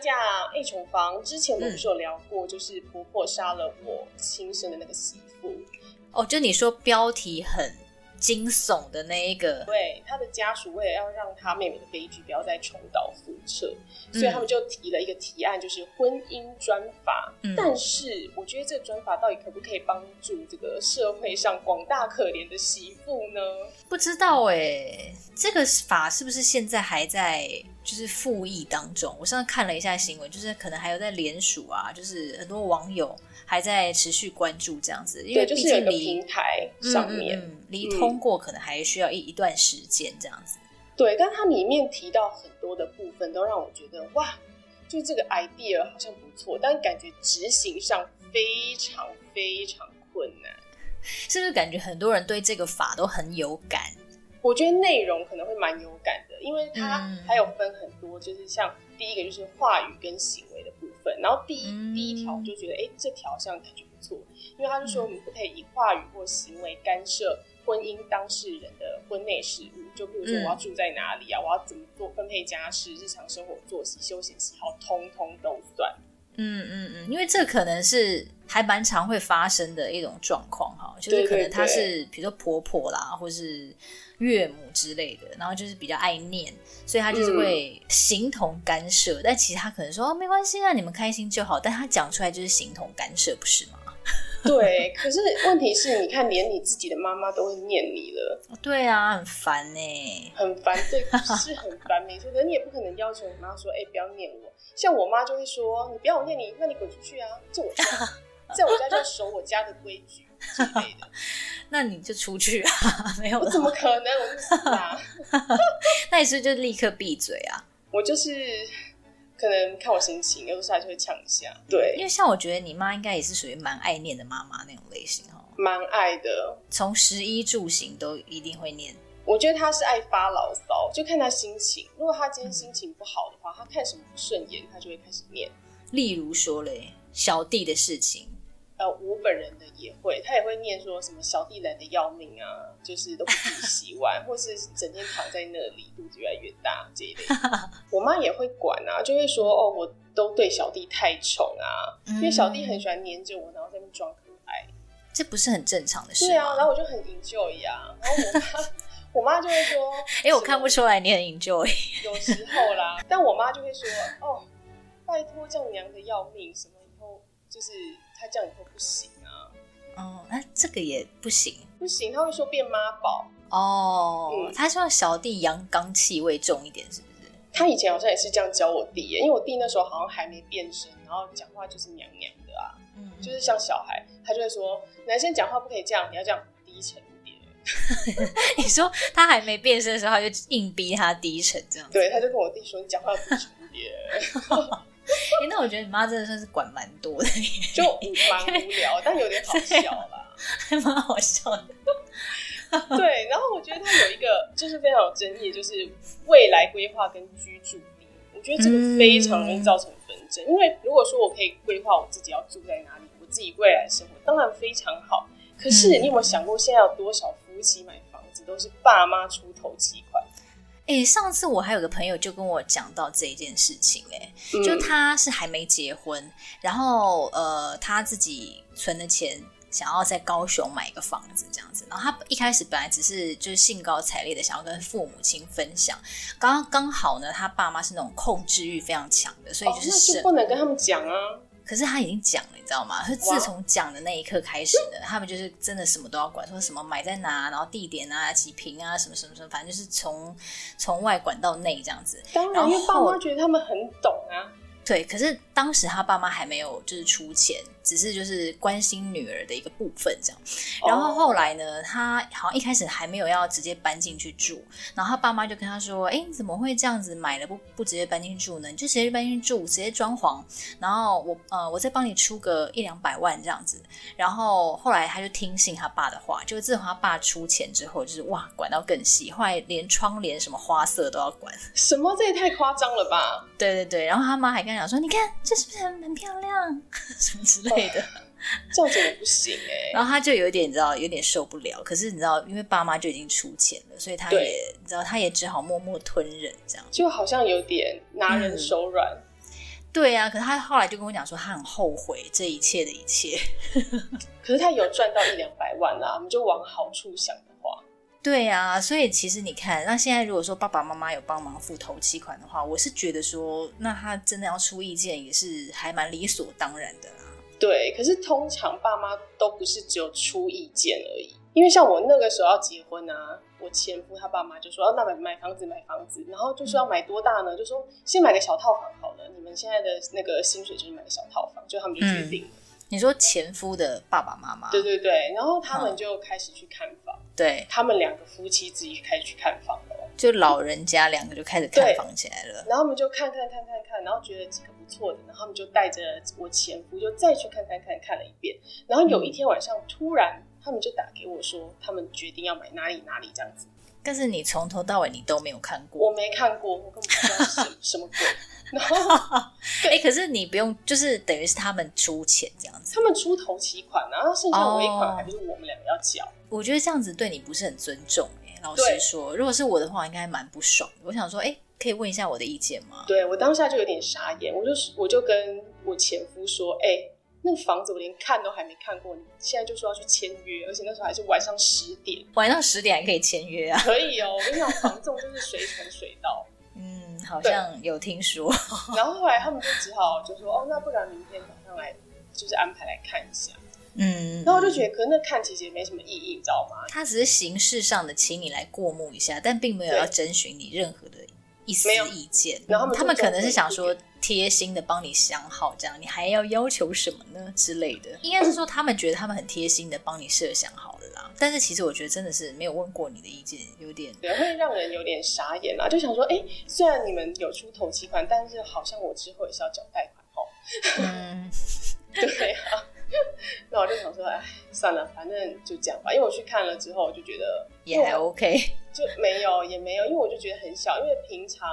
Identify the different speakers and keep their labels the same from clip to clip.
Speaker 1: 讲《一厨房》之前，我们不是有聊
Speaker 2: 嗯
Speaker 1: 过，就是婆婆杀了我亲生的那个媳妇，
Speaker 2: 哦，就你说标题很惊悚的那一个，
Speaker 1: 对她的家属为了要让她妹妹的悲剧不要再重蹈覆辙，所
Speaker 2: 嗯
Speaker 1: 以他们就提了一个提案，就是婚姻专法。
Speaker 2: 嗯
Speaker 1: 但是我觉得这个专法到底可不可以帮助这个社会上广大可怜的媳妇呢？
Speaker 2: 不知道哎、这个法是不是现在还在就是复议当中？我上次看了一下新闻，就是可能还有在联署啊，就是很多网友还在持续关注这样子，因为
Speaker 1: 对，就
Speaker 2: 毕
Speaker 1: 是有一
Speaker 2: 竟
Speaker 1: 个
Speaker 2: 离、
Speaker 1: 平台上面，
Speaker 2: 嗯嗯嗯离
Speaker 1: 嗯
Speaker 2: 通过可能还需要一一段时间这样子。
Speaker 1: 对，但它里面提到很多的部分，都让我觉得哇，就这个 idea 好像不错，但感觉执行上非常非常困难。
Speaker 2: 是不是感觉很多人对这个法都很有感？
Speaker 1: 我觉得内容可能会蛮有感的，因为它
Speaker 2: 嗯
Speaker 1: 还有分很多，就是像第一个就是话语跟行为的部分，然后第一、
Speaker 2: 嗯
Speaker 1: 第一条我就觉得，哎、这条好像感觉不错，因为他就说我们不可以以话语或行为干涉婚姻当事人的婚内事务，就比如说
Speaker 2: 嗯
Speaker 1: 我要住在哪里啊，我要怎么做分配家事、日常生活作息、休闲喜好，通通都算。
Speaker 2: 嗯嗯嗯，因为这可能是还蛮常会发生的一种状况哈，就
Speaker 1: 对
Speaker 2: 是
Speaker 1: 对
Speaker 2: 可能她是比如说婆婆啦，或是岳母之类的，然后就是比较爱念，所以她
Speaker 1: 嗯
Speaker 2: 就是会形同干涉，但其实她可能说哦没关系啊，你们开心就好，但她讲出来就是形同干涉，不是吗？
Speaker 1: 对，可是问题是，你看连你自己的妈妈都会念你了。
Speaker 2: 对啊，很烦欸呢、
Speaker 1: 很烦，对，是很烦，没错。可是你也不可能要求你妈说，哎、不要念我。像我妈就会说，你不要我念你，那你滚出去啊，这我家，在我家就要守我家的规矩之类的。
Speaker 2: 那你就出去啊， 没有
Speaker 1: 我
Speaker 2: 了，
Speaker 1: 怎么可能？我就是啊，
Speaker 2: 那你是不是就立刻闭嘴啊？
Speaker 1: 我就是可能看我心情，有时候还是会呛一下。
Speaker 2: 因
Speaker 1: 对，
Speaker 2: 为像我觉得你妈应该也是属于蛮爱念的妈妈那种类型哦，
Speaker 1: 蛮爱的。
Speaker 2: 从食衣住行都一定会念。
Speaker 1: 我觉得她是爱发牢骚，就看她心情。如果她今天心情不好的话，她看什么不顺眼，她就会开始念。
Speaker 2: 例如说嘞，小弟的事情，
Speaker 1: 呃，我本人的也会，他也会念说什么小弟懒得要命啊，就是都不自己洗碗，或是整天躺在那里，肚子越来越大这一类。 我妈也会管啊，就会说哦，我都对小弟太宠啊，因为小弟很喜欢黏着我，然后在那边装可爱。
Speaker 2: 嗯这不是很正常的事
Speaker 1: 对啊，然
Speaker 2: 吗？
Speaker 1: 后我就很 enjoy 啊，然后我妈我妈就会说，
Speaker 2: 哎、我看不出来你很 enjoy。
Speaker 1: 有时候啦，但我妈就会说：“哦，拜托，这样娘的要命，什么以后就是她这样以后不行啊，
Speaker 2: 哦，那这个也不行
Speaker 1: 不行。”她会说变妈宝。
Speaker 2: 哦。
Speaker 1: 嗯
Speaker 2: 他希望小弟阳刚气味重一点，是不是？
Speaker 1: 她以前好像也是这样教我弟耶，因为我弟那时候好像还没变身，然后讲话就是娘娘的啊，
Speaker 2: 嗯，
Speaker 1: 就是像小孩，他就会说：“男生讲话不可以这样，你要这样低沉一点。
Speaker 2: 你说他还没变身的时候，他就硬逼他低沉 这样”子。
Speaker 1: 对，他就跟我弟说：“你讲话要低沉一点。
Speaker 2: 哎、那我觉得你妈真的算是管蛮多的，”
Speaker 1: 就蛮无聊，但有点好笑啦。
Speaker 2: 还蛮好笑的。
Speaker 1: 对，然后我觉得它有一个就是非常有争议，就是未来规划跟居住地，我觉得这个非常容易造成纷争。因为如果说我可以规划我自己要住在哪里，我自己未来生活当然非常好。可是
Speaker 2: 嗯
Speaker 1: 你有没有想过，现在有多少夫妻买房子都是爸妈出头期款？
Speaker 2: 哎、上次我还有个朋友就跟我讲到这一件事情、欸，哎，
Speaker 1: 嗯
Speaker 2: 就他是还没结婚，然后呃他自己存的钱想要在高雄买一个房子这样子，然后他一开始本来只是就是兴高采烈的想要跟父母亲分享，刚刚好呢他爸妈是那种控制欲非常强的，所以
Speaker 1: 哦
Speaker 2: 就，是
Speaker 1: 那
Speaker 2: 生
Speaker 1: 就不能跟他们讲啊。
Speaker 2: 可是他已经讲了，你知道吗？他自从讲的那一刻开始呢，他们就是真的什么都要管，说什么买在哪，然后地点啊、几平啊，什么什么什么，反正就是从从外管到内这样子。
Speaker 1: 当
Speaker 2: 然
Speaker 1: 然，
Speaker 2: 后
Speaker 1: 因为爸妈觉得他们很懂啊。
Speaker 2: 对，可是当时他爸妈还没有就是出钱，只是就是关心女儿的一个部分这样。然后后
Speaker 1: 来，
Speaker 2: 来呢，他好像一开始还没有要直接搬进去住，然后他爸妈就跟他说：“哎，你怎么会这样子买了不不直接搬进去住呢？你就直接搬进去住，直接装潢，然后我呃我再帮你出个一两百万这样子。”然后后来他就听信他爸的话，就自从他爸出钱之后，就是哇管到更细，后来连窗帘什么花色都要管。
Speaker 1: 什么？这也太夸张了吧！
Speaker 2: 对对对，然后他妈还跟他讲说：“你看这是不是很很漂亮， 什么之类的。”
Speaker 1: 这样子也不行哎、
Speaker 2: 然后他就有点你知道有点受不了，可是你知道，因为爸妈就已经出钱了，所以他也你知道，他也只好默默吞忍这样。
Speaker 1: 嗯就好像有点拿人手软。
Speaker 2: 对啊，可是他后来就跟我讲说，他很后悔这一切的一切。
Speaker 1: 可是他有赚到一两百万啦，我们就往好处想的话，
Speaker 2: 对啊，所以其实你看，那现在如果说爸爸妈妈有帮忙付头期款的话，我是觉得说，那他真的要出意见也是还蛮理所当然的啦。
Speaker 1: 对，可是通常爸妈都不是只有出意见而已，因为像我那个时候要结婚啊，我前夫他爸妈就说，啊、那买买房子买房子，然后就说要买多大呢？就说先买个小套房好了，你们现在的那个薪水就是买个小套房，就他们就决定了。
Speaker 2: 你说前夫的爸爸妈妈，
Speaker 1: 对对对，然后他们就开始去看房，
Speaker 2: 对，
Speaker 1: 他们两个夫妻自己开始去看房了，
Speaker 2: 就老人家两个就开始看房起来了。
Speaker 1: 然后他们就看看看看看，然后觉得几个不错的，然后他们就带着我前夫就再去看看看看了一遍，然后有一天晚上突然他们就打给我说，他们决定要买哪里哪里这样子，
Speaker 2: 但是你从头到尾你都没有看过
Speaker 1: 我，没看过，我根本不知道是什什么鬼， 然后
Speaker 2: 哎、可是你不用，就是等于是他们出钱这样子。
Speaker 1: 他们出头期款，然后剩下尾款
Speaker 2: 哦
Speaker 1: 还不是我们两个要缴。
Speaker 2: 我觉得这样子对你不是很尊重、欸、老实
Speaker 1: 对
Speaker 2: 说，如果是我的话，应该蛮不爽的。我想说，哎、可以问一下我的意见吗？
Speaker 1: 对我当下就有点傻眼，我就我就跟我前夫说，哎、那个房子我连看都还没看过，你现在就说要去签约，而且那时候还是晚上十点，
Speaker 2: 晚上十点还可以签约啊？
Speaker 1: 可以哦。我跟你讲，房仲就是随传随到。
Speaker 2: 嗯，好像有听说。
Speaker 1: 然后后来他们就只好就说，哦，那不然明天早上来，就是安排来看一下。
Speaker 2: 嗯，
Speaker 1: 然后我就觉得，可是那看其实也没什么意义，你知道吗？
Speaker 2: 他只是形式上的请你来过目一下，但并没有
Speaker 1: 对
Speaker 2: 要征询你任何的一丝
Speaker 1: 没有
Speaker 2: 意见。
Speaker 1: 然后他们就
Speaker 2: 他们可能是想
Speaker 1: 中
Speaker 2: 说
Speaker 1: 规
Speaker 2: 贴心的帮你想好，这样你还要要求什么呢之类的？应该是说他们觉得他们很贴心的帮你设想好了啦。但是其实我觉得真的是没有问过你的意见，有点
Speaker 1: 对，会让人有点傻眼啊，就想说，哎、虽然你们有出头期款，但是好像我之后也是要缴贷款哦。
Speaker 2: 嗯
Speaker 1: 对啊， 那我就想说，哎，算了，反正就这样吧。因为我去看了之后，我就觉得
Speaker 2: 也还 OK。
Speaker 1: 就没有也没有，因为我就觉得很小，因为平常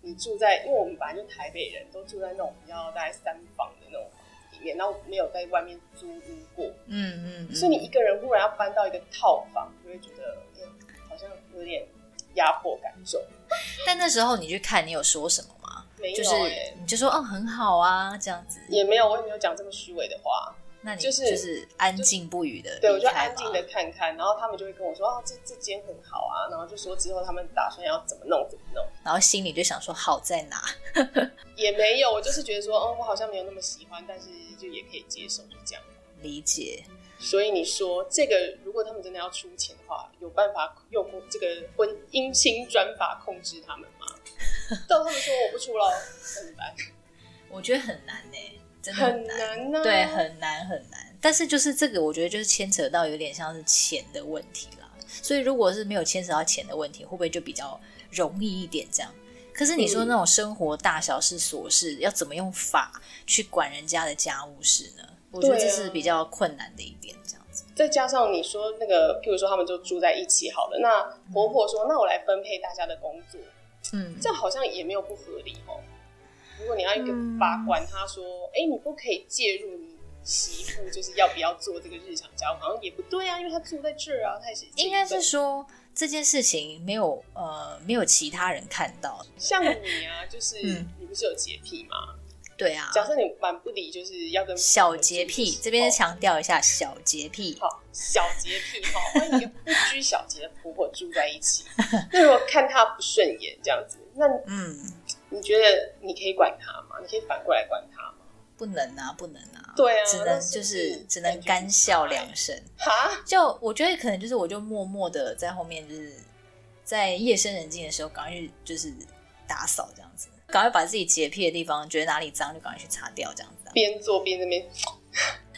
Speaker 1: 你住在，因为我们本来就台北人，都住在那种比较大概三房的那种房子里面，然后没有在外面租屋过，
Speaker 2: 嗯嗯嗯，
Speaker 1: 所以你一个人忽然要搬到一个套房，就会觉得，嗯，好像有点压迫感受。
Speaker 2: 但那时候你去看，你有说什么吗？
Speaker 1: 没
Speaker 2: 就
Speaker 1: 有、
Speaker 2: 是
Speaker 1: 欸，
Speaker 2: 你就说哦很好啊这样子，
Speaker 1: 也没有，我也没有讲这么虚伪的话。
Speaker 2: 那你
Speaker 1: 就是
Speaker 2: 就是安静不语的，
Speaker 1: 对，我就安静的。看看，然后他们就会跟我说，哦，这这间很好啊，然后就说之后他们打算要怎么弄怎么弄，
Speaker 2: 然后心里就想说好在哪？
Speaker 1: 也没有，我就是觉得说，哦，我好像没有那么喜欢，但是就也可以接受，就这样。
Speaker 2: 理解，
Speaker 1: 所以你说这个，如果他们真的要出钱的话，有办法用这个婚姻亲专法控制他们 吗？到他们说我不出了，怎么办？
Speaker 2: 我觉得很难呢、真的
Speaker 1: 很
Speaker 2: 难，啊
Speaker 1: 难啊呢、
Speaker 2: 对，很难很难。但是就是这个，我觉得就是牵扯到有点像是钱的问题啦。所以如果是没有牵扯到钱的问题，会不会就比较容易一点这样？可是你说
Speaker 1: 嗯
Speaker 2: 那种生活大小事琐事，要怎么用法去管人家的家务事呢？我觉得
Speaker 1: 对
Speaker 2: 这
Speaker 1: 啊
Speaker 2: 是比较困难的一点，这样子。
Speaker 1: 再加上你说那个，譬如说他们就住在一起好了，那婆婆说，那我来分配大家的工作，
Speaker 2: 嗯，
Speaker 1: 这样好像也没有不合理哦。如果你要一个
Speaker 2: 嗯
Speaker 1: 法官，他说：“哎、你不可以介入你媳妇，就是要不要做这个日常家务，好像也不对啊，因为他住在这儿啊，他也是
Speaker 2: 应该是说这件事情没有呃没有其他人看到，
Speaker 1: 像你啊，就是、
Speaker 2: 嗯
Speaker 1: 你不是有洁癖吗？
Speaker 2: 对啊。
Speaker 1: 假设你蛮不理，就是要跟
Speaker 2: 小洁癖，这边
Speaker 1: 是
Speaker 2: 强调一下小洁癖。
Speaker 1: 好小洁癖哈， 欢迎一个不拘小节的婆婆住在一起。 那如果看她不顺眼这样子，那
Speaker 2: 嗯，
Speaker 1: 你觉得你可以管她吗？你可以反过来管她吗？
Speaker 2: 不能啊，不能啊。
Speaker 1: 对啊
Speaker 2: 只
Speaker 1: 那
Speaker 2: 能
Speaker 1: 是
Speaker 2: 就
Speaker 1: 不
Speaker 2: 是
Speaker 1: 是
Speaker 2: 只能干笑两声。
Speaker 1: 哈，
Speaker 2: 就我觉得可能就是我就默默的在后面，就是在夜深人静的时候，赶快去就是打扫这样子，赶快把自己洁癖的地方，觉得哪里脏就赶快去擦掉这样子啊、
Speaker 1: 边做边那边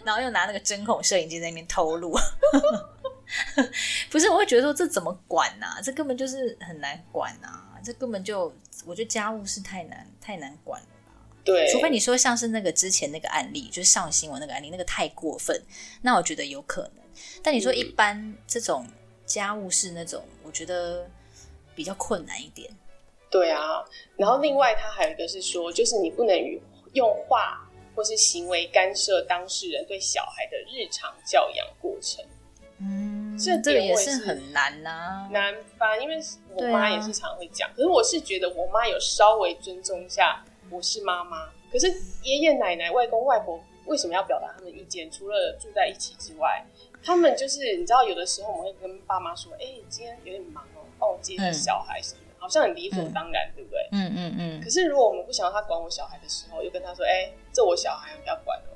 Speaker 2: 然后又拿那个针孔摄影机在那边偷录。 不是，我会觉得说这怎么管呐、这根本就是很难管呐、这根本就我觉得家务事太难太难管了吧。
Speaker 1: 对，
Speaker 2: 除非你说像是那个之前那个案例，就是上新闻那个案例，那个太过分，那我觉得有可能。但你说
Speaker 1: 嗯
Speaker 2: 一般这种家务事那种，我觉得比较困难一点。
Speaker 1: 对啊，然后另外他还有一个是说，就是你不能与用话或是行为干涉当事人对小孩的日常教养过程。
Speaker 2: 嗯，
Speaker 1: 这
Speaker 2: 这个
Speaker 1: 点
Speaker 2: 也
Speaker 1: 我也
Speaker 2: 是
Speaker 1: 是
Speaker 2: 很难呐、
Speaker 1: 难翻，因为我
Speaker 2: 对啊
Speaker 1: 妈也是常会讲，可是我是觉得我妈有稍微尊重一下我是妈妈，可是爷爷奶奶、外公外婆为什么要表达他们意见？除了住在一起之外，他们就是你知道，有的时候我们会跟爸妈说：“哎、你今天有点忙哦，帮我接个
Speaker 2: 嗯
Speaker 1: 小孩什么的，好像很理所当然，对不对？”
Speaker 2: 嗯嗯嗯，
Speaker 1: 可是如果我们不想要他管我哦嗯小孩的时候，又跟他说：“哎、这我小孩，你不要管哦。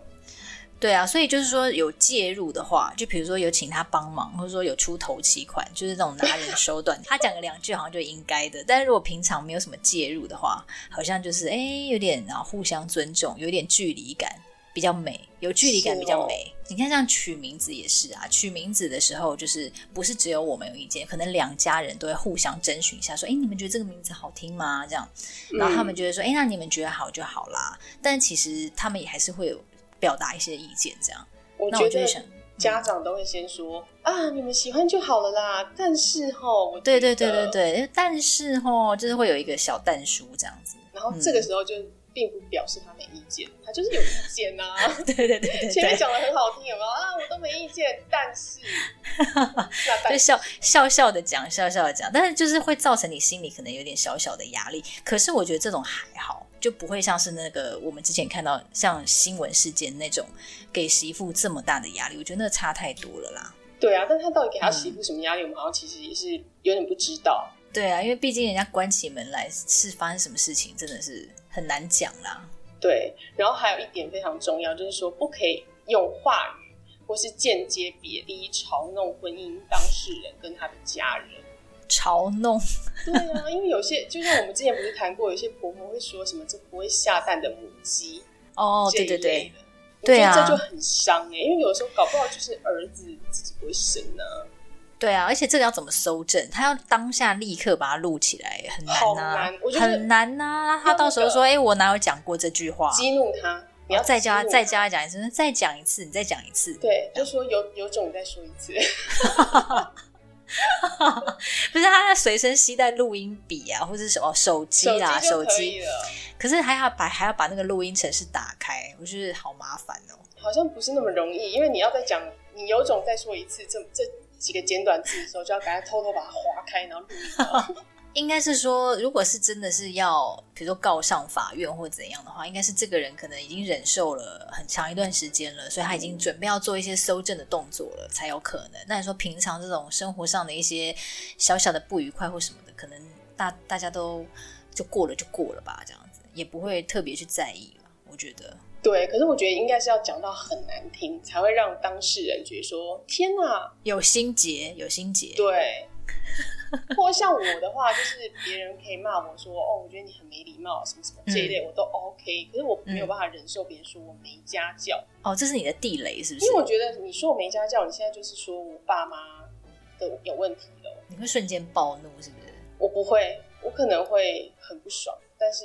Speaker 2: 对啊，所以就是说有介入的话，就比如说有请他帮忙，或者说有出头期款，就是那种拿人手 短，他讲个两句好像就应该的。但是如果平常没有什么介入的话，好像就是哎有点然后互相尊重，有点距离感。比较美，有距离感
Speaker 1: 是
Speaker 2: 比较
Speaker 1: 哦
Speaker 2: 美。你看，像取名字也是啊，取名字的时候，就是不是只有我们有意见，可能两家人都会互相征询一下，说：“哎、你们觉得这个名字好听吗？”这样，然后他
Speaker 1: 嗯
Speaker 2: 们就会说：“哎、那你们觉得好就好啦。”但其实他们也还是会有表达一些意见，这样。
Speaker 1: 我
Speaker 2: 那
Speaker 1: 觉
Speaker 2: 就
Speaker 1: 得
Speaker 2: 会想，
Speaker 1: 家长都会先说：“啊，你们喜欢就好了啦。”但是吼，我觉
Speaker 2: 对对对
Speaker 1: 得
Speaker 2: 对对，但是吼，就是会有一个小蛋书这样子。
Speaker 1: 然后这个时候就并不表示他没意见，他就是有意见呐、
Speaker 2: 对对对对
Speaker 1: 前面
Speaker 2: 对，
Speaker 1: 讲的很好听，有没有啊？我都没意见，但是那
Speaker 2: 就
Speaker 1: 但是
Speaker 2: 笑笑笑的讲，笑笑的讲，但是就是会造成你心里可能有点小小的压力。可是我觉得这种还好，就不会像是那个我们之前看到像新闻事件那种给媳妇这么大的压力，我觉得那差太多了啦。
Speaker 1: 对啊，但他到底给他媳妇什么压力，我们好像其实也是有点不知道。
Speaker 2: 对啊，因为毕竟人家关起门来是发生什么事情，真的是很难讲啦。
Speaker 1: 对，然后还有一点非常重要，就是说不可以用话语或是间接贬低、嘲弄婚姻当事人跟他的家人。
Speaker 2: 嘲弄，
Speaker 1: 对啊，因为有些就像我们之前不是谈过，有些婆婆会说什么“这不会下蛋的母鸡”
Speaker 2: 哦，
Speaker 1: 这
Speaker 2: 对
Speaker 1: 一
Speaker 2: 对
Speaker 1: 类
Speaker 2: 对，
Speaker 1: 的。
Speaker 2: 对啊
Speaker 1: 我觉得这就很伤哎、因为有时候搞不好就是儿子自己不会生呢、
Speaker 2: 对啊，而且这个要怎么搜证？他要当下立刻把它录起来，很难
Speaker 1: 好
Speaker 2: 呐、
Speaker 1: 难哦我觉得
Speaker 2: 很啊难呐、他到时候说：“哎、我哪有讲过这句话
Speaker 1: 激怒他，？”你要
Speaker 2: 再加
Speaker 1: 激怒他
Speaker 2: 再，加讲一次，再讲一次，你再讲一次。
Speaker 1: 对，就说有有种你再说一 次，
Speaker 2: 不是他在随身携带录音笔啊，或者是什么手机
Speaker 1: 手
Speaker 2: 啦，
Speaker 1: 机
Speaker 2: 手
Speaker 1: 就可
Speaker 2: 机
Speaker 1: 以。了，
Speaker 2: 可是还要把还要把那个录音程式打开，我觉得好麻烦哦。
Speaker 1: 好像不是那么容易，因为你要再讲，你有种再说一次这这几个简短字的时候，就要赶快偷偷把它划开，然后录音档。
Speaker 2: 应该是说，如果是真的是要，比如说告上法院或怎样的话，应该是这个人可能已经忍受了很长一段时间了，所以他已
Speaker 1: 嗯
Speaker 2: 经准备要做一些搜证的动作了，才有可能。那你说平常这种生活上的一些小小的不愉快或什么的，可能大大家都就过了就过了吧，这样子也不会特别去在意吧，我觉得。
Speaker 1: 对，可是我觉得应该是要讲到很难听，才会让当事人觉得说天哪，
Speaker 2: 有心结，有心结，
Speaker 1: 对。 或像我的话，就是别人可以骂我说：“哦，我觉得你很没礼貌，什么什么这一类，我都 OK。”可是我没有办法忍受别人说我没家教，
Speaker 2: 哦，这是你的地雷是不是
Speaker 1: 因为？我觉得你说我没家教，你现在就是说我爸妈的有问题了。
Speaker 2: 你会瞬间暴怒是不是？
Speaker 1: 我不会，我可能会很不爽，但是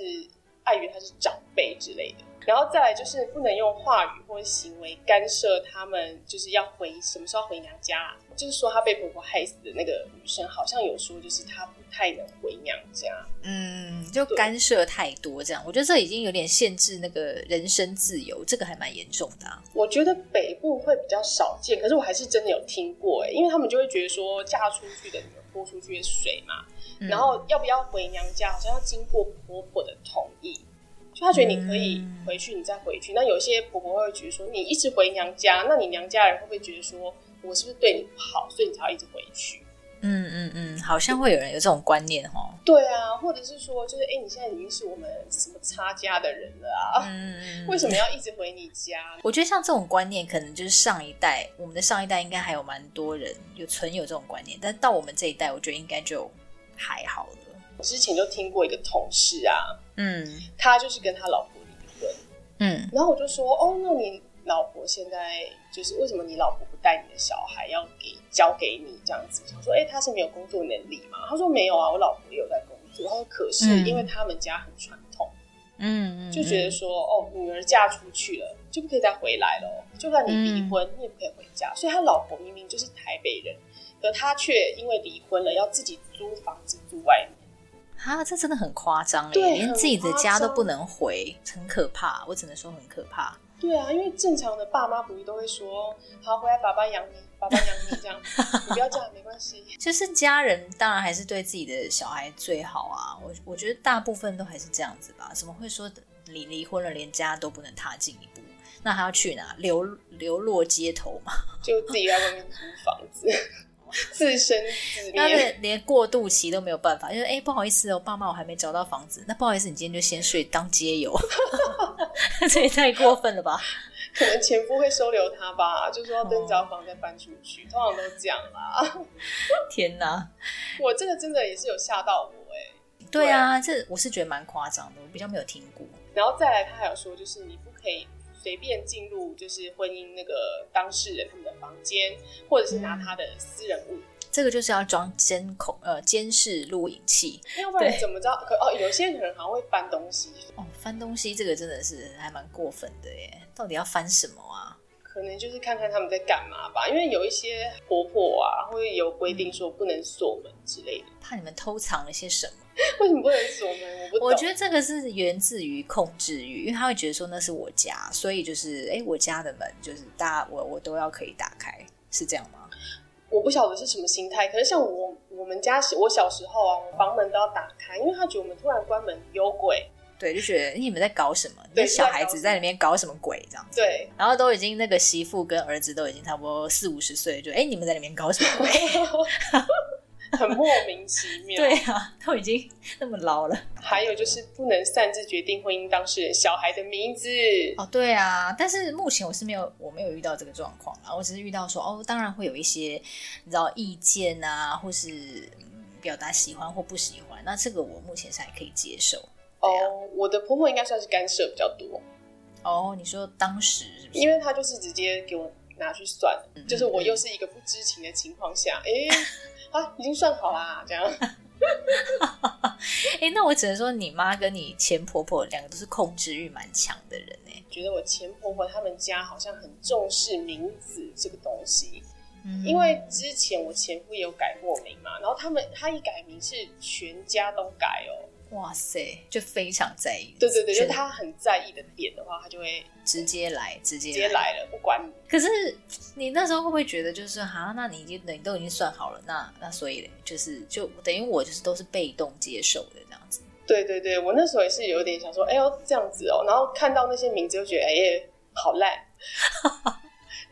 Speaker 1: 碍于他是长辈之类的。然后再来就是不能用话语或者行为干涉他们，就是要回什么时候回娘家、啊。就是说，她被婆婆害死的那个女生，好像有说，就是她不太能回娘家。
Speaker 2: 嗯，就
Speaker 1: 对
Speaker 2: 干涉太多这样，我觉得这已经有点限制那个人身自由，这个还蛮严重的、啊。
Speaker 1: 我觉得北部会比较少见，可是我还是真的有听过哎、因为他们就会觉得说嫁出去的女儿泼出去的水嘛，
Speaker 2: 嗯
Speaker 1: 然后要不要回娘家，好像要经过婆婆的同意。就她觉得你可以
Speaker 2: 嗯
Speaker 1: 回去，你再回去。那有些婆婆会觉得说，你一直回娘家，那你娘家人会不会觉得说我是不是对你不好，所以你才要一直回去？
Speaker 2: 嗯嗯嗯，好像会有人有这种观念哦。
Speaker 1: 对啊，或者是说，就是哎、诶你现在已经是我们什么差家的人了啊，
Speaker 2: 嗯，
Speaker 1: 为什么要一直回你家？
Speaker 2: 我觉得像这种观念，可能就是上一代，我们的上一代应该还有蛮多人有存有这种观念，但到我们这一代，我觉得应该就还好了。
Speaker 1: 我之前就听过一个同事啊，
Speaker 2: 嗯
Speaker 1: 他就是跟他老婆离婚，
Speaker 2: 嗯
Speaker 1: 然后我就说，哦，那你老婆现在就是为什么你老婆不带你的小孩要给交给你这样子？他说，哎、她是没有工作能力嘛？他说没有啊，我老婆也有在工作。他说，可是
Speaker 2: 嗯
Speaker 1: 因为他们家很传统，
Speaker 2: 嗯嗯，
Speaker 1: 就觉得说，哦，女儿嫁出去了就不可以再回来了哦，就算你
Speaker 2: 嗯
Speaker 1: 离婚，你也不可以回家。所以他老婆明明就是台北人，可他却因为离婚了要自己租房子住外面。
Speaker 2: 啊，这真的很夸张耶，
Speaker 1: 对
Speaker 2: 连
Speaker 1: 很
Speaker 2: 自己的
Speaker 1: 夸
Speaker 2: 家都
Speaker 1: 张
Speaker 2: 不能回，很可怕。我只能说很可怕。
Speaker 1: 对啊，因为正常的爸妈不是都会说，好，回来爸爸养你，爸爸养你这样，你不要这样没关系。
Speaker 2: 就是家人当然还是对自己的小孩最好啊，我我觉得大部分都还是这样子吧，怎么会说你离婚了，连家都不能踏进一步，那他要去哪？流流落街头 嘛？
Speaker 1: 就自己在外面租房子， 自生自
Speaker 2: 他
Speaker 1: 灭。
Speaker 2: 的连过渡期都没有办法，就是哎、诶不好意思哦，爸妈我还没找到房子，那不好意思，你今天就先睡当街友， 这也太过分了吧？
Speaker 1: 可能前夫会收留他吧，就说等找房再搬出去，通常都这样啦。
Speaker 2: 天哪！
Speaker 1: 我这个真的也是有吓到我哎、
Speaker 2: 对啊，这我是觉得蛮夸张的，我比较没有听过。
Speaker 1: 然后再来，他还有说，就是你不可以随便进入就是婚姻那个当事人他们的房间，或者是拿他的私人物，
Speaker 2: 这个就是要装监控呃监视录影器
Speaker 1: 要不然你
Speaker 2: 对
Speaker 1: 怎么知道？可哦，有些人好像会搬东西，
Speaker 2: 哦，翻东西这个真的是还蛮过分的耶，到底要翻什么啊？
Speaker 1: 可能就是看看他们在干嘛吧。因为有一些婆婆啊，会有规定说不能锁门之类的。
Speaker 2: 怕你们偷藏了些什么？
Speaker 1: 为什么不能锁门？我不懂。
Speaker 2: 我觉得这个是源自于控制欲，因为他会觉得说那是我家，所以就是哎，诶我家的门就是大家我我都要可以打开，是这样吗？
Speaker 1: 我不晓得是什么心态，可是像我我们家我小时候啊，我房门都要打开，因为他觉得我们突然关门有鬼。
Speaker 2: 对，就觉得你们在搞什么？你
Speaker 1: 对
Speaker 2: 们小孩子在里面搞什么鬼这样子？
Speaker 1: 对，
Speaker 2: 然后都已经那个媳妇跟儿子都已经差不多四五十岁了，就哎你们在里面搞什么鬼？
Speaker 1: 很莫名其妙。
Speaker 2: 对啊，都已经那么老了。
Speaker 1: 还有就是不能擅自决定婚姻当事人小孩的名字。
Speaker 2: 哦，对啊，但是目前我是没有，我没有遇到这个状况啦。我只是遇到说，哦，当然会有一些，你知道意见啊，或是嗯，表达喜欢或不喜欢，那这个我目前是还可以接受。
Speaker 1: 哦、
Speaker 2: 对啊
Speaker 1: 我的婆婆应该算是干涉比较多，
Speaker 2: 哦，你说当时是不是？
Speaker 1: 因为她就是直接给我拿去算，
Speaker 2: 嗯
Speaker 1: 就是我又是一个不知情的情况下，诶， 啊，已经算好啦，这样。
Speaker 2: 哎，那我只能说，你妈跟你前婆婆两个都是控制欲蛮强的人哎、
Speaker 1: 觉得我前婆婆他们家好像很重视名字这个东西，
Speaker 2: 嗯
Speaker 1: 因为之前我前夫也有改过名嘛，然后他们他一改名是全家都改哦。
Speaker 2: 嗯哇塞，就非常在意。
Speaker 1: 对对对，就是
Speaker 2: 全
Speaker 1: 他很在意的点的话，他就会
Speaker 2: 直接来，直接
Speaker 1: 直接来了，不管你。
Speaker 2: 可是你那时候会不会觉得就是哈，那你已经你都已经算好了，那那所以嘞，就是就等于我就是都是被动接受的这样子。
Speaker 1: 对对对，我那时候也是有点想说，哎呦这样子哦，然后看到那些名字就觉得，哎，好 烂。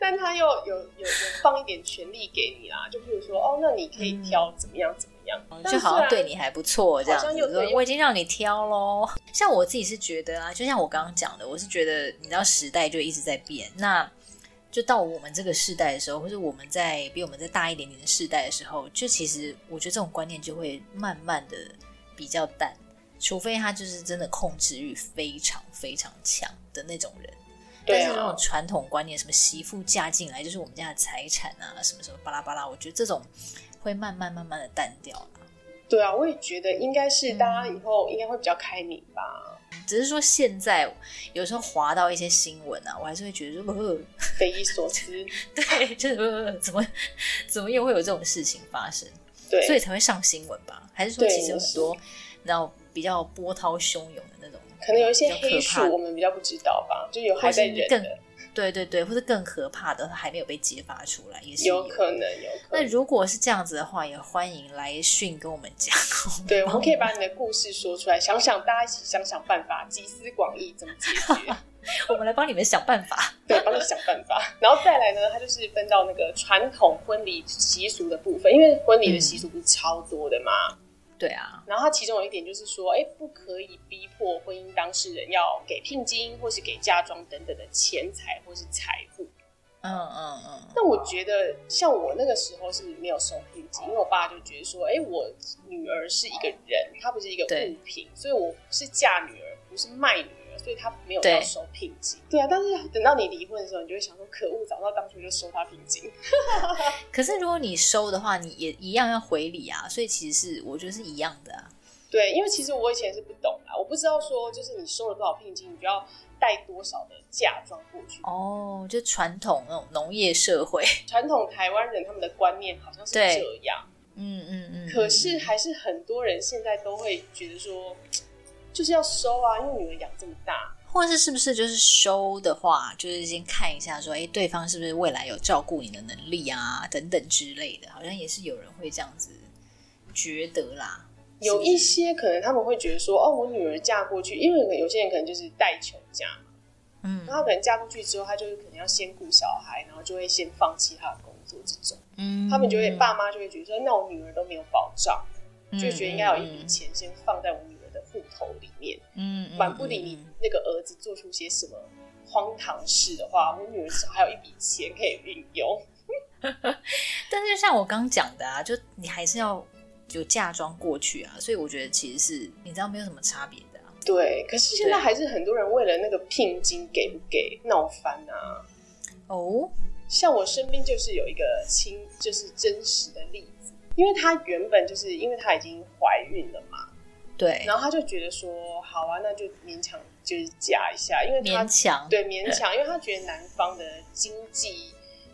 Speaker 1: 但他又有有有放一点权利给你啦，就譬如说，哦，那你可以挑怎么样怎么样，但
Speaker 2: 嗯就好像
Speaker 1: 虽
Speaker 2: 对
Speaker 1: 然
Speaker 2: 你还不错这样
Speaker 1: 好
Speaker 2: 子
Speaker 1: 像又，对
Speaker 2: 说我已经让你挑喽。像我自己是觉得啊，就像我刚刚讲的，我是觉得你知道时代就一直在变，那就到我们这个世代的时候，或者我们在比我们再大一点点的世代的时候，就其实我觉得这种观念就会慢慢的比较淡，除非他就是真的控制欲非常非常强的那种人。
Speaker 1: 对
Speaker 2: 但是那
Speaker 1: 啊
Speaker 2: 种，传统观念，什么媳妇嫁进来就是我们家的财产啊，什么什么巴拉巴拉，我觉得这种会慢慢慢慢的淡掉啦。
Speaker 1: 对啊，我也觉得应该是大
Speaker 2: 嗯
Speaker 1: 家以后应该会比较开明吧，
Speaker 2: 只是说现在有时候滑到一些新闻啊，我还是会觉得说，呃、
Speaker 1: 匪夷所思。
Speaker 2: 对，就是、呃、怎么怎么又会有这种事情发生，
Speaker 1: 对，
Speaker 2: 所以才会上新闻吧？还是说
Speaker 1: 对
Speaker 2: 其实有很多然后比较波涛汹涌的那种，
Speaker 1: 可能有一些
Speaker 2: 比较可
Speaker 1: 黑
Speaker 2: 怕
Speaker 1: 数我们比较不知道吧，就有还
Speaker 2: 或
Speaker 1: 在
Speaker 2: 是
Speaker 1: 忍
Speaker 2: 更
Speaker 1: 的，
Speaker 2: 对对对，或者更可怕的还没有被揭发出来，也是
Speaker 1: 有可能有可
Speaker 2: 那
Speaker 1: 能。
Speaker 2: 如果是这样子的话，也欢迎来讯跟我们讲。
Speaker 1: 对，我们可
Speaker 2: 哦
Speaker 1: 以把你的故事说出来，想想大家一起想想办法，集思广益怎么解决，
Speaker 2: 我们来帮你们想办法。
Speaker 1: 对，帮你想办法。然后再来呢，它就是分到那个传统婚礼习俗的部分，因为婚礼的习俗不是超多的嘛。
Speaker 2: 对啊，
Speaker 1: 然后它其中有一点就是说，哎，不可以逼迫婚姻当事人要给聘金或是给嫁妆等等的钱财或是财富。
Speaker 2: 嗯嗯嗯，
Speaker 1: 但我觉得，像我那个时候是没有收聘金，因为我爸就觉得说，哎、我女儿是一个人，她不是一个
Speaker 2: 对
Speaker 1: 物品，所以我是嫁女儿，不是卖女儿，所以她没有
Speaker 2: 对
Speaker 1: 要收聘金。对啊，但是等到你离婚的时候，你就会想说，可恶，早知道当初就收她聘金。
Speaker 2: 可是如果你收的话，你也一样要回礼啊，所以其实是我觉得是一样的啊。
Speaker 1: 对，因为其实我以前是不懂啦，我不知道说，就是你收了多少聘金，你就要带多少的嫁妆过去。
Speaker 2: 哦，就传统那种农业社会，
Speaker 1: 传统台湾人他们的观念好像是
Speaker 2: 对
Speaker 1: 这样。
Speaker 2: 嗯嗯嗯。
Speaker 1: 可是还是很多人现在都会觉得说，就是要收啊，因为女儿养这么大，
Speaker 2: 或是是不是就是收的话，就是先看一下说，哎，对方是不是未来有照顾你的能力啊，等等之类的，好像也是有人会这样子觉得啦。
Speaker 1: 有一些可能他们会觉得说，哦，我女儿嫁过去，因为可能有些人可能就是带球嫁嘛，
Speaker 2: 嗯
Speaker 1: 然后她可能嫁过去之后，她就是可能要先顾小孩，然后就会先放弃她的工作这种，
Speaker 2: 嗯，
Speaker 1: 他们就会爸妈就会觉得说，那我女儿都没有保障，
Speaker 2: 嗯
Speaker 1: 就觉得应该有一笔，钱先放在我女儿的户头里面，
Speaker 2: 嗯，嗯
Speaker 1: 管不理你那个儿子做出些什么荒唐事的话，我女儿至少还有一笔钱可以运用。
Speaker 2: 但是像我刚讲的啊，就你还是要有嫁妆过去啊，所以我觉得其实是你知道没有什么差别的、啊，
Speaker 1: 对，可是现在
Speaker 2: 对
Speaker 1: 还是很多人为了那个聘金给不给闹翻啊。
Speaker 2: 哦，
Speaker 1: 像我身边就是有一个亲，就是真实的例子，因为她原本就是因为她已经怀孕了嘛，
Speaker 2: 对，
Speaker 1: 然后她就觉得说，好啊，那就勉强就是嫁一下，因为她
Speaker 2: 勉强，
Speaker 1: 对勉强，因为她觉得男方的经济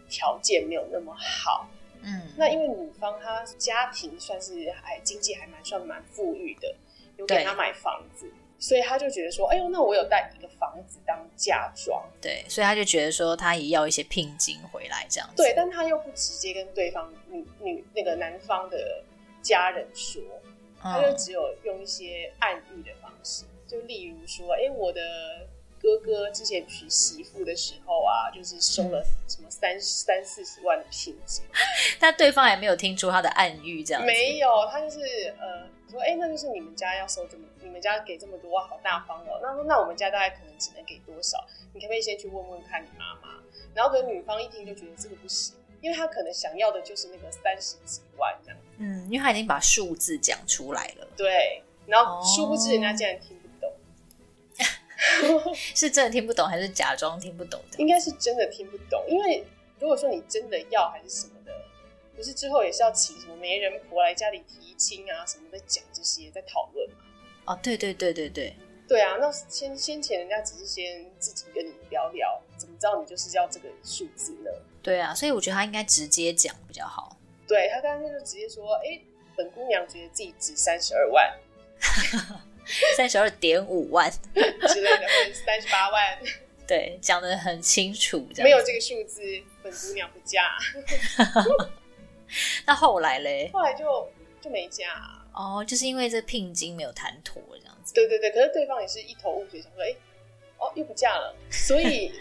Speaker 1: 条件没有那么好，
Speaker 2: 嗯，
Speaker 1: 那因为女方她家庭算是还经济还蛮算蛮富裕的，有给
Speaker 2: 对
Speaker 1: 她买房子，所以她就觉得说，哎呦，那我有带一个房子当嫁妆，
Speaker 2: 对，所以他就觉得说他也要一些聘金回来这样子，嗯
Speaker 1: 对，但她又不直接跟对方女女那个男方的家人说，她就
Speaker 2: 嗯
Speaker 1: 只有用一些暗喻的方式，就例如说，哎，我的。哥哥之前娶媳妇的时候啊，就是收了
Speaker 2: 嗯
Speaker 1: 什么三三四十万的聘金，
Speaker 2: 但对方也没有听出他的暗喻这样子，
Speaker 1: 没有，他就是呃说，哎、那就是你们家要收这么，你们家给这么多，哇，好大方哦。那说那我们家大概可能只能给多少？你可不可以先去问问看你妈妈？然后可能女方一听就觉得这个不行，因为她可能想要的就是那个三十几万这样。
Speaker 2: 嗯，因为他已经把数字讲出来了，
Speaker 1: 对，然后
Speaker 2: 哦
Speaker 1: 殊不知人家竟然听不懂，
Speaker 2: 是真的听不懂还是假装听不懂的？
Speaker 1: 应该是真的听不懂，因为如果说你真的要还是什么的。不是之后也是要请什么媒人婆来家里提亲啊什么的讲这些在讨论嘛
Speaker 2: 哦，对对对对对，
Speaker 1: 对啊，那先先前人家只是先自己跟你聊聊，怎么知道你就是要这个数字呢？
Speaker 2: 对啊，所以我觉得他应该直接讲比较好。
Speaker 1: 对他刚刚就直接说，哎、本姑娘觉得自己值三十二万
Speaker 2: 三十二点五万，
Speaker 1: 之类的，或者三十八万，
Speaker 2: 对，讲的很清楚。这样
Speaker 1: 没有这个数字，本姑娘不嫁。
Speaker 2: 那后来嘞？
Speaker 1: 后来就就没嫁。啊
Speaker 2: 哦，就是因为这聘金没有谈妥，这样子。
Speaker 1: 对对对，可是对方也是一头雾水，想说，哎、哦，又不嫁了。所以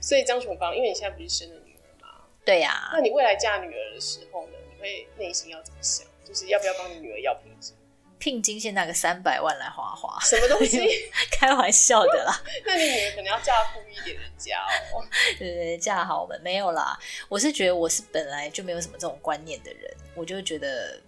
Speaker 1: 所以张雄芳，因为你现在不是生了女儿嘛，
Speaker 2: 对啊呀、
Speaker 1: 那你未来嫁女儿的时候呢，你会内心要怎么想？就是要不要帮你女儿要聘金？
Speaker 2: 聘金先拿个三百万来花花，
Speaker 1: 什么东西？
Speaker 2: 开玩笑的啦，
Speaker 1: 那你女儿可能要嫁富裕一点的家哦。
Speaker 2: 对对对，嫁好我们没有啦。我是觉得我是本来就没有什么这种观念的人，我就觉得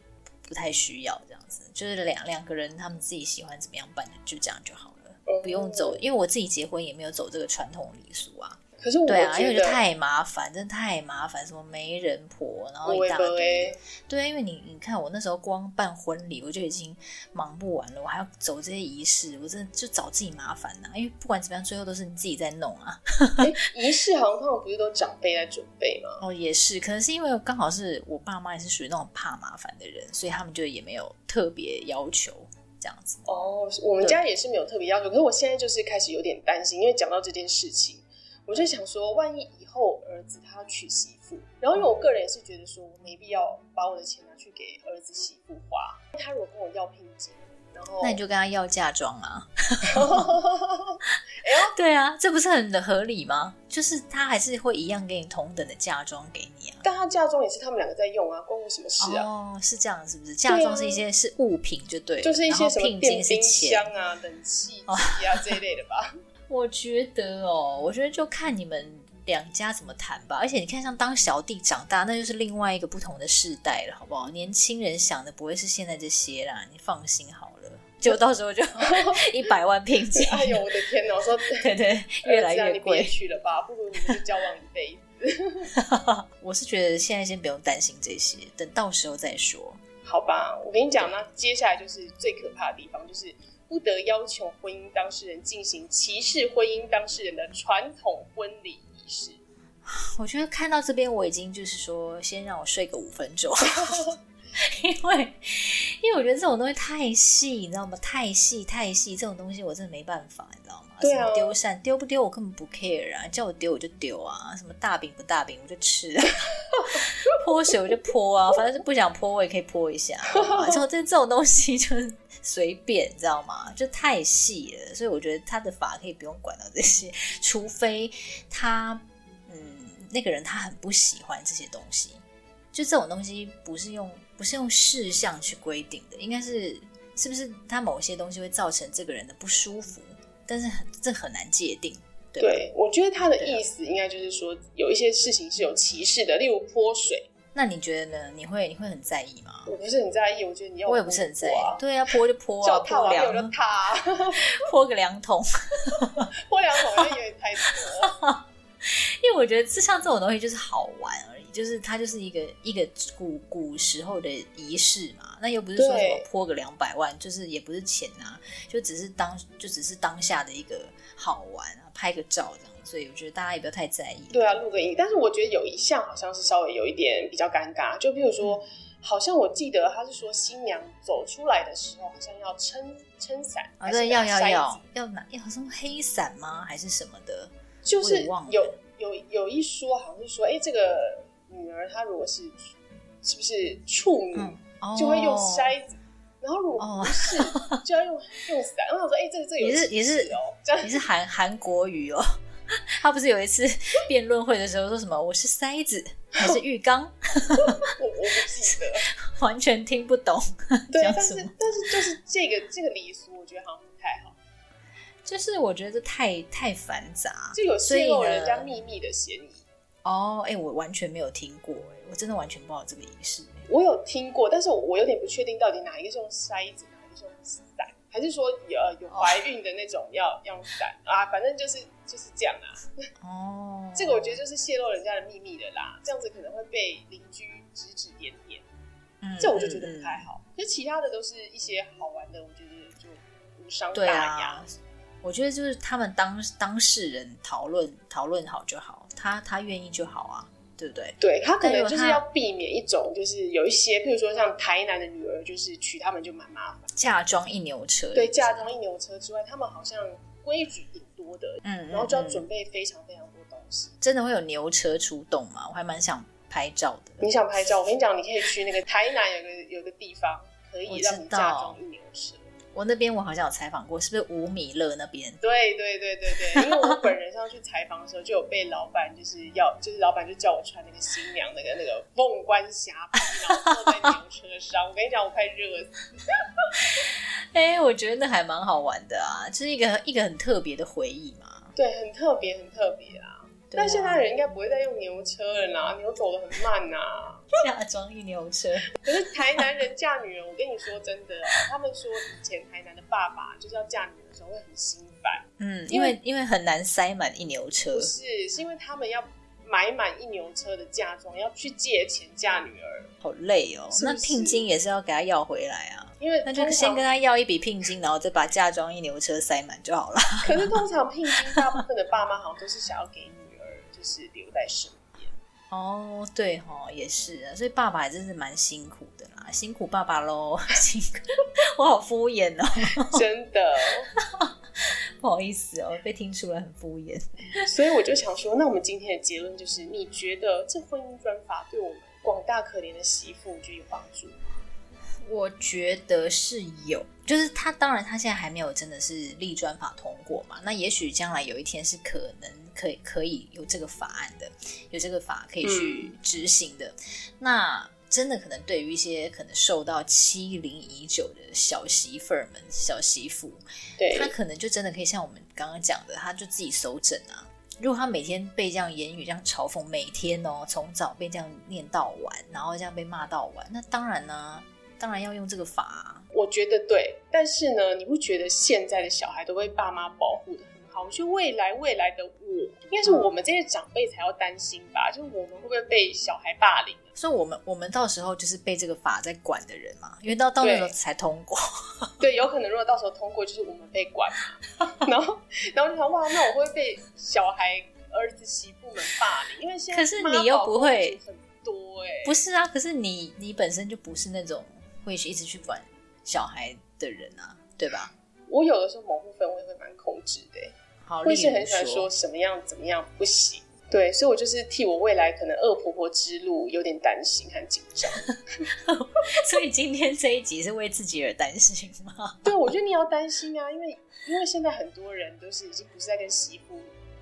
Speaker 2: 不太需要这样子，就是两两个人他们自己喜欢怎么样办就这样就好了，不用走，。因为我自己结婚也没有走这个传统礼俗啊。
Speaker 1: 可是我
Speaker 2: 对啊，因为
Speaker 1: 觉得
Speaker 2: 我觉得太麻烦，真的太麻烦，什么媒人婆，然后
Speaker 1: 我
Speaker 2: 一
Speaker 1: 也
Speaker 2: 大
Speaker 1: 不
Speaker 2: 堆
Speaker 1: 会。
Speaker 2: 对，因为你你看，我那时候光办婚礼，我就已经忙不完了，我还要走这些仪式，我真的就找自己麻烦呐、因为不管怎么样，最后都是你自己在弄啊。
Speaker 1: 哎仪式好像通常不是都长辈在准备吗？
Speaker 2: 哦，也是，可能是因为刚好是我爸妈也是属于那种怕麻烦的人，所以他们就也没有特别要求这样子。
Speaker 1: 哦，我们家也是没有特别要求，可是我现在就是开始有点担心，因为讲到这件事情，我就想说，万一以后儿子他要娶媳妇，然后因为我个人也是觉得说，我没必要把我的钱拿去给儿子媳妇花，他如果跟我要聘金，然后
Speaker 2: 那你就跟他要嫁妆啊，
Speaker 1: 哎呀，
Speaker 2: 对啊，这不是很合理吗？就是他还是会一样给你同等的嫁妆给你啊。
Speaker 1: 但他嫁妆也是他们两个在用啊，关我什么事啊？
Speaker 2: 哦，是这样，是不是？嫁妆是一些是物品就对了，
Speaker 1: 就是一些
Speaker 2: 然后
Speaker 1: 什么
Speaker 2: 聘
Speaker 1: 电
Speaker 2: 金是
Speaker 1: 冰
Speaker 2: 钱
Speaker 1: 箱。啊、冷气机啊这一类的吧。
Speaker 2: 我觉得哦，我觉得就看你们两家怎么谈吧。而且你看，像当小弟长大，那就是另外一个不同的世代了，好不好？年轻人想的不会是现在这些啦，你放心好了。就到时候就 一百万聘金，
Speaker 1: 哎呦，我的天哪！我说
Speaker 2: 对对， 越来
Speaker 1: 儿子啊
Speaker 2: 越
Speaker 1: 你别
Speaker 2: 贵。
Speaker 1: 娶了吧，不如你们就交往一辈子。
Speaker 2: 我是觉得现在先不用担心这些，等到时候再说。
Speaker 1: 好吧，我跟你讲，那接下来就是最可怕的地方，就是不得要求婚姻当事人进行歧视婚姻当事人的传统婚礼仪式。
Speaker 2: 我觉得看到这边，我已经就是说，先让我睡个五 分钟，因为因为我觉得这种东西太细，你知道吗？太细太细，这种东西我真的没办法，你知道吗？
Speaker 1: 对
Speaker 2: 什
Speaker 1: 啊
Speaker 2: 么丢扇丢不丢，我根本不 care 啊，叫我丢我就丢啊，什么大饼不大饼我 就吃啊， 泼水我就泼啊，反正是不想泼我也可以泼一下，好吗这种这这种东西就是随便，你知道吗？就太细了，所以我觉得他的法可以不用管到这些，除非他嗯那个人他很不喜欢这些东西，就这种东西不是用不是用事项去规定的，应该是是不是他某些东西会造成这个人的不舒服，但是很这很难界定，对吧
Speaker 1: 对，我觉得他的意思应该就是说，有一些事情是有歧视
Speaker 2: 啊
Speaker 1: 的，例如泼水，
Speaker 2: 那你觉得呢？你会你会很在意吗？
Speaker 1: 我不是很在意，我觉得你要
Speaker 2: 我也不是很在意
Speaker 1: 泼啊，
Speaker 2: 对啊，泼就泼啊，
Speaker 1: 叫踏
Speaker 2: 泼
Speaker 1: 完我就
Speaker 2: 两
Speaker 1: 踏啊，
Speaker 2: 泼个两桶，
Speaker 1: 泼两桶有点太多。
Speaker 2: 因为我觉得这像这种东西就是好玩而已，就是它就是一个一个古古时候的仪式嘛，那又不是说什么
Speaker 1: 对
Speaker 2: 泼个两百万，就是也不是钱啊，就只是当就只是当下的一个好玩啊，拍个照这样，所以我觉得大家也不要太在意。
Speaker 1: 对啊，录个音，但是我觉得有一项好像是稍微有一点比较尴尬，就譬如说，
Speaker 2: 嗯
Speaker 1: 好像我记得他是说新娘走出来的时候，好像要撑撑伞，
Speaker 2: 啊，
Speaker 1: 还是
Speaker 2: 对，要要
Speaker 1: 拿筛子
Speaker 2: 要要拿要什么黑伞吗？还是什么的？
Speaker 1: 就是
Speaker 2: 我也忘了
Speaker 1: 有有有一说，好像是说，哎、这个女儿她如果是是不是处女，
Speaker 2: 嗯，哦
Speaker 1: 就会用筛子。然后如果不是，就要用用伞。然后我说，哎、这个这个有
Speaker 2: 也
Speaker 1: 歧
Speaker 2: 是
Speaker 1: 视
Speaker 2: 也是
Speaker 1: 哦，这样
Speaker 2: 你是韩韩国语哦。他不是有一次 辩论会的时候说什么“我是塞子还是浴缸
Speaker 1: 我我不记得。”，
Speaker 2: 完全听不懂。
Speaker 1: 对，
Speaker 2: 讲
Speaker 1: 但
Speaker 2: 什
Speaker 1: 是
Speaker 2: 么
Speaker 1: 但是就是这个这个礼俗，我觉得好像不太好，
Speaker 2: 就是我觉得太太繁杂
Speaker 1: 就有
Speaker 2: 所以
Speaker 1: 泄露
Speaker 2: 呢
Speaker 1: 人家秘密的嫌疑。
Speaker 2: 哦。哎、我完全没有听过、哎，我真的完全不知道这个仪式、
Speaker 1: 我有听过，但是我我有点不确定到底哪一个是用筛子，哪一个是用伞，还是说有呃有怀孕的那种要、要用伞啊？反正就是就是这样啊。
Speaker 2: 哦。
Speaker 1: 这个我觉得就是泄露人家的秘密的啦，这样子可能会被邻居指指点点，
Speaker 2: 嗯
Speaker 1: 这我就觉得不太
Speaker 2: 嗯
Speaker 1: 好。可是其他的都是一些好玩的，我觉得就无伤大
Speaker 2: 嗯对
Speaker 1: 雅
Speaker 2: 啊。。我觉得就是他们当当事人讨论讨论好就好，他他愿意就好啊，对不对？
Speaker 1: 对他可
Speaker 2: 但如
Speaker 1: 能
Speaker 2: 果
Speaker 1: 就是
Speaker 2: 他
Speaker 1: 要避免一种，就是有一些，譬如说像台南的女儿，就是娶他们就蛮麻烦。
Speaker 2: 嫁妆一牛车，
Speaker 1: 对，嫁妆一牛车之外，他们好像规矩挺多的，
Speaker 2: 嗯，嗯，
Speaker 1: 然后就要
Speaker 2: 嗯
Speaker 1: 准备非常非常多东西。
Speaker 2: 真的会有牛车出动吗？我还蛮想拍照的。
Speaker 1: 你想拍照，我跟你讲，你可以去那个台南有个有个地方，可
Speaker 2: 我
Speaker 1: 以
Speaker 2: 知
Speaker 1: 让你嫁
Speaker 2: 道
Speaker 1: 妆一牛车。
Speaker 2: 我那边我好像有采访过，是不是五米勒那边？
Speaker 1: 对对对对对，因为我本人上去采访的时候，就有被老板就是要，就是老板就叫我穿那个新娘那个那个凤冠霞帔，然后坐在牛车上。我跟你讲，我快热死。
Speaker 2: 哎、我觉得那还蛮好玩的啊，就是一个一个很特别的回忆嘛。
Speaker 1: 对，很特别，很特别啊！
Speaker 2: 对啊
Speaker 1: 但现在人应该不会再用牛车了啦，牛走的很慢啊呐、
Speaker 2: 嫁妆一牛车，
Speaker 1: 可是台南人嫁女人，我跟你说真的啊，他们说以前台南的爸爸就是要嫁女人的时候会很心烦，
Speaker 2: 嗯，因为因为很难塞满一牛车
Speaker 1: 不，是，是因为他们要买满一牛车的嫁妆，要去借钱嫁女儿，
Speaker 2: 好累哦。
Speaker 1: 是不
Speaker 2: 那
Speaker 1: 是
Speaker 2: 聘金也是要给他要回来啊，
Speaker 1: 因为
Speaker 2: 那就
Speaker 1: 通
Speaker 2: 先
Speaker 1: 常
Speaker 2: 跟他要一笔聘金，然后再把嫁妆一牛车塞满就好了。
Speaker 1: 可是通常聘金大部分的爸妈好像都是想要给女儿就是留在身边，
Speaker 2: 哦，对哦，也是啊，所以爸爸还真是蛮辛苦的啦，辛苦爸爸喽， 辛苦，我好敷衍哦。
Speaker 1: 真的。
Speaker 2: 不好意思哦，被听出来很敷衍。
Speaker 1: 所以我就想说，那我们今天的结论就是，你觉得这婚姻专法对我们广大可怜的媳妇就有帮助吗？
Speaker 2: 我觉得是有，就是他当然他现在还没有真的是立专法通过嘛，那也许将来有一天是可能可以可以有这个法案的，有这个法可以去执行的。那真的可能对于一些可能受到欺凌已久的小媳妇儿们、小媳妇，
Speaker 1: 对
Speaker 2: 他可能就真的可以像我们刚刚讲的，他就自己手整啊。如果他每天被这样言语这样嘲讽，每天哦从早被这样念到晚，然后这样被骂到晚，那当然呢、当然要用这个法、啊。
Speaker 1: 我觉得对。但是呢，你不觉得现在的小孩都被爸妈保护的很好？我觉得未来未来的我，应该是我们这些长辈才要担心 吧？就是我们会不会被小孩霸凌？
Speaker 2: 所以我们我们到时候就是被这个法在管的人嘛，因为到到那时候
Speaker 1: 对
Speaker 2: 才通过。
Speaker 1: 对，有可能如果到时候通过，就是我们被管嘛。然后，然后就想哇，那我会不会被小孩、儿子、媳妇们霸凌，因为现在
Speaker 2: 可是
Speaker 1: 妈
Speaker 2: 你又
Speaker 1: 宝
Speaker 2: 不会
Speaker 1: 公主很多哎、
Speaker 2: 不是啊，可是你你本身就不是那种会一直去管小孩的人啊，对吧？
Speaker 1: 我有的时候某部分我也会蛮控制的、欸，
Speaker 2: 好，
Speaker 1: 会是
Speaker 2: 例如
Speaker 1: 很喜欢说什么样怎么样不行，对，所以我就是替我未来可能恶婆婆之路有点担心和紧张。
Speaker 2: 所以今天这一集是为自己而担心吗？
Speaker 1: 对，我觉得你要担心啊，因为因为现在很多人都是已经不是在跟媳妇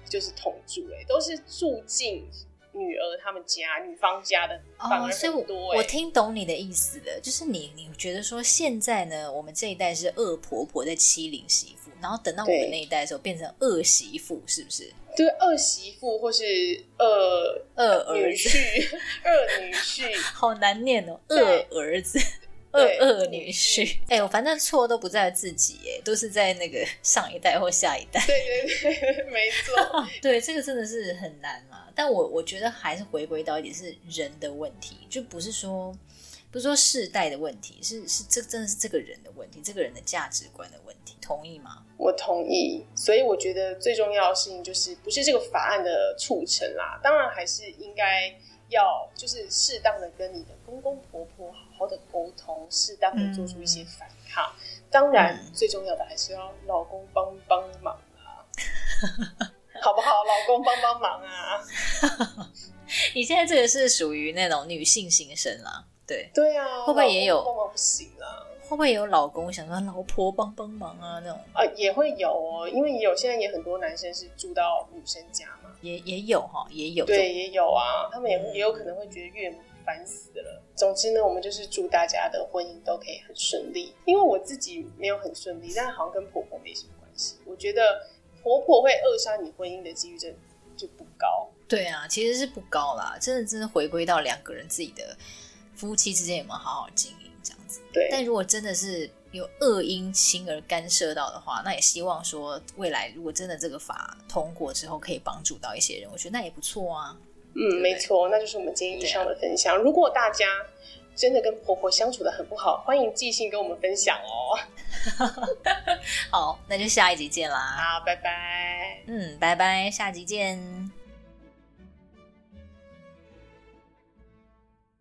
Speaker 1: 就是同住了、都是住进女儿他们家女方家的，反而
Speaker 2: 哦，所以
Speaker 1: 很多、
Speaker 2: 我
Speaker 1: 欸
Speaker 2: 我听懂你的意思了，就是你你觉得说现在呢，我们这一代是恶婆婆在欺凌媳妇，然后等到我
Speaker 1: 对
Speaker 2: 们那一代的时候变成恶媳妇，是不是？
Speaker 1: 就是二媳妇或是二
Speaker 2: 恶
Speaker 1: 女
Speaker 2: 儿子，
Speaker 1: 婿、 二女婿，
Speaker 2: 好难念哦，恶
Speaker 1: 对
Speaker 2: 儿子。恶
Speaker 1: 对
Speaker 2: 恶女婿，哎、我反正错都不在自己，哎，都是在那个上一代或下一代。
Speaker 1: 对对对，没错。
Speaker 2: 对，这个真的是很难啦。但我我觉得还是回归到一点是人的问题，就不是说不是说世代的问题，是是这真的是这个人的问题，这个人的价值观的问题，同意吗？
Speaker 1: 我同意，所以我觉得最重要的事情就是不是这个法案的促成啦，当然还是应该要就是适当的跟你的公公婆婆好好的沟通，适当的做出一些反抗。当然，
Speaker 2: 嗯
Speaker 1: 最重要的还是要老公帮帮忙啊，好不好？老公帮帮忙啊！
Speaker 2: 你现在这个是属于那种女性心声啦，对，
Speaker 1: 对啊，
Speaker 2: 会不会也有
Speaker 1: 老公帮忙不行啊？
Speaker 2: 会不会有老公想说老婆帮帮忙啊那种？
Speaker 1: 啊，也会有哦，因为也有现在也很多男生是住到女生家嘛。
Speaker 2: 也也有哈，也有这种嗯
Speaker 1: 对，也有啊，他们也会也有可能会觉得岳母烦死了。总之呢，我们就是祝大家的婚姻都可以很顺利。因为我自己没有很 顺利，但好像跟婆婆没什么关系。我觉得婆婆会扼杀你婚姻的几率就就不高。
Speaker 2: 对啊，其实是不高啦，真的真的回归到两个人自己的夫妻之间有没有好好经营这样子。
Speaker 1: 对，
Speaker 2: 但如果真的是有恶因轻而干涉到的话，那也希望说未来如果真的这个法通过之后，可以帮助到一些人，我觉得那也不错啊。
Speaker 1: 嗯，没错，那就是我们今天以上的分享。如果大家真的跟婆婆相处的很不好，欢迎寄信跟我们分享哦。
Speaker 2: 好，那就下一集见啦。
Speaker 1: 好，拜拜。
Speaker 2: 嗯，拜拜，下集见。